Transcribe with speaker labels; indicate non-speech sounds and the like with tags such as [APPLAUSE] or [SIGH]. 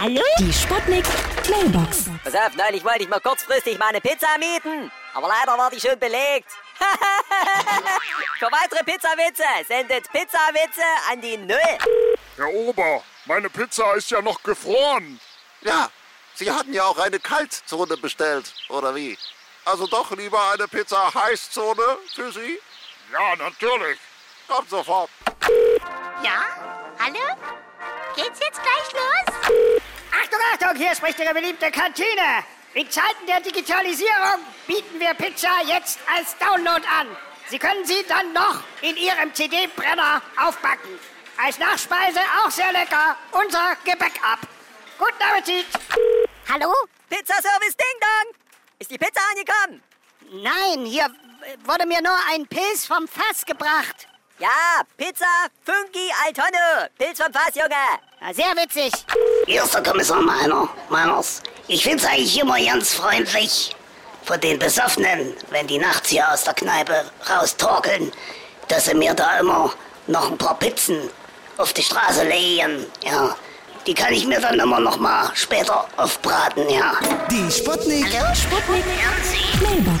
Speaker 1: Hallo?
Speaker 2: Die Sputnik Mailbox.
Speaker 3: Pass auf, neulich wollte ich mal kurzfristig meine Pizza mieten. Aber leider war die schon belegt. [LAUGHS] Für weitere Pizzawitze sendet Pizzawitze an die Null.
Speaker 4: Herr Ober, meine Pizza ist ja noch gefroren.
Speaker 5: Ja, Sie hatten ja auch eine Kaltzone bestellt, oder wie? Also doch lieber eine Pizza Heißzone für Sie?
Speaker 4: Ja, natürlich.
Speaker 5: Kommt sofort.
Speaker 1: Ja? Hallo? Geht's jetzt gleich los?
Speaker 6: Achtung, Achtung, hier spricht Ihre beliebte Kantine. In Zeiten der Digitalisierung bieten wir Pizza jetzt als Download an. Sie können sie dann noch in Ihrem CD-Brenner aufbacken. Als Nachspeise auch sehr lecker. Unser Gebäck ab. Guten Appetit.
Speaker 1: Hallo?
Speaker 3: Pizzaservice Ding Dong. Ist die Pizza angekommen?
Speaker 6: Nein, hier wurde mir nur ein Pilz vom Fass gebracht.
Speaker 3: Ja, Pizza Funky Altonne. Pilz vom Fass, Junge.
Speaker 6: Sehr witzig.
Speaker 7: Hier ist der Kommissar Meiner, Meiners. Ich find's eigentlich immer ganz freundlich von den Besoffenen, wenn die nachts hier aus der Kneipe raustorkeln, dass sie mir da immer noch ein paar Pizzen auf die Straße legen. Ja, die kann ich mir dann immer noch mal später aufbraten, ja.
Speaker 8: Die Sputnik.
Speaker 2: Sputnik Mailbox.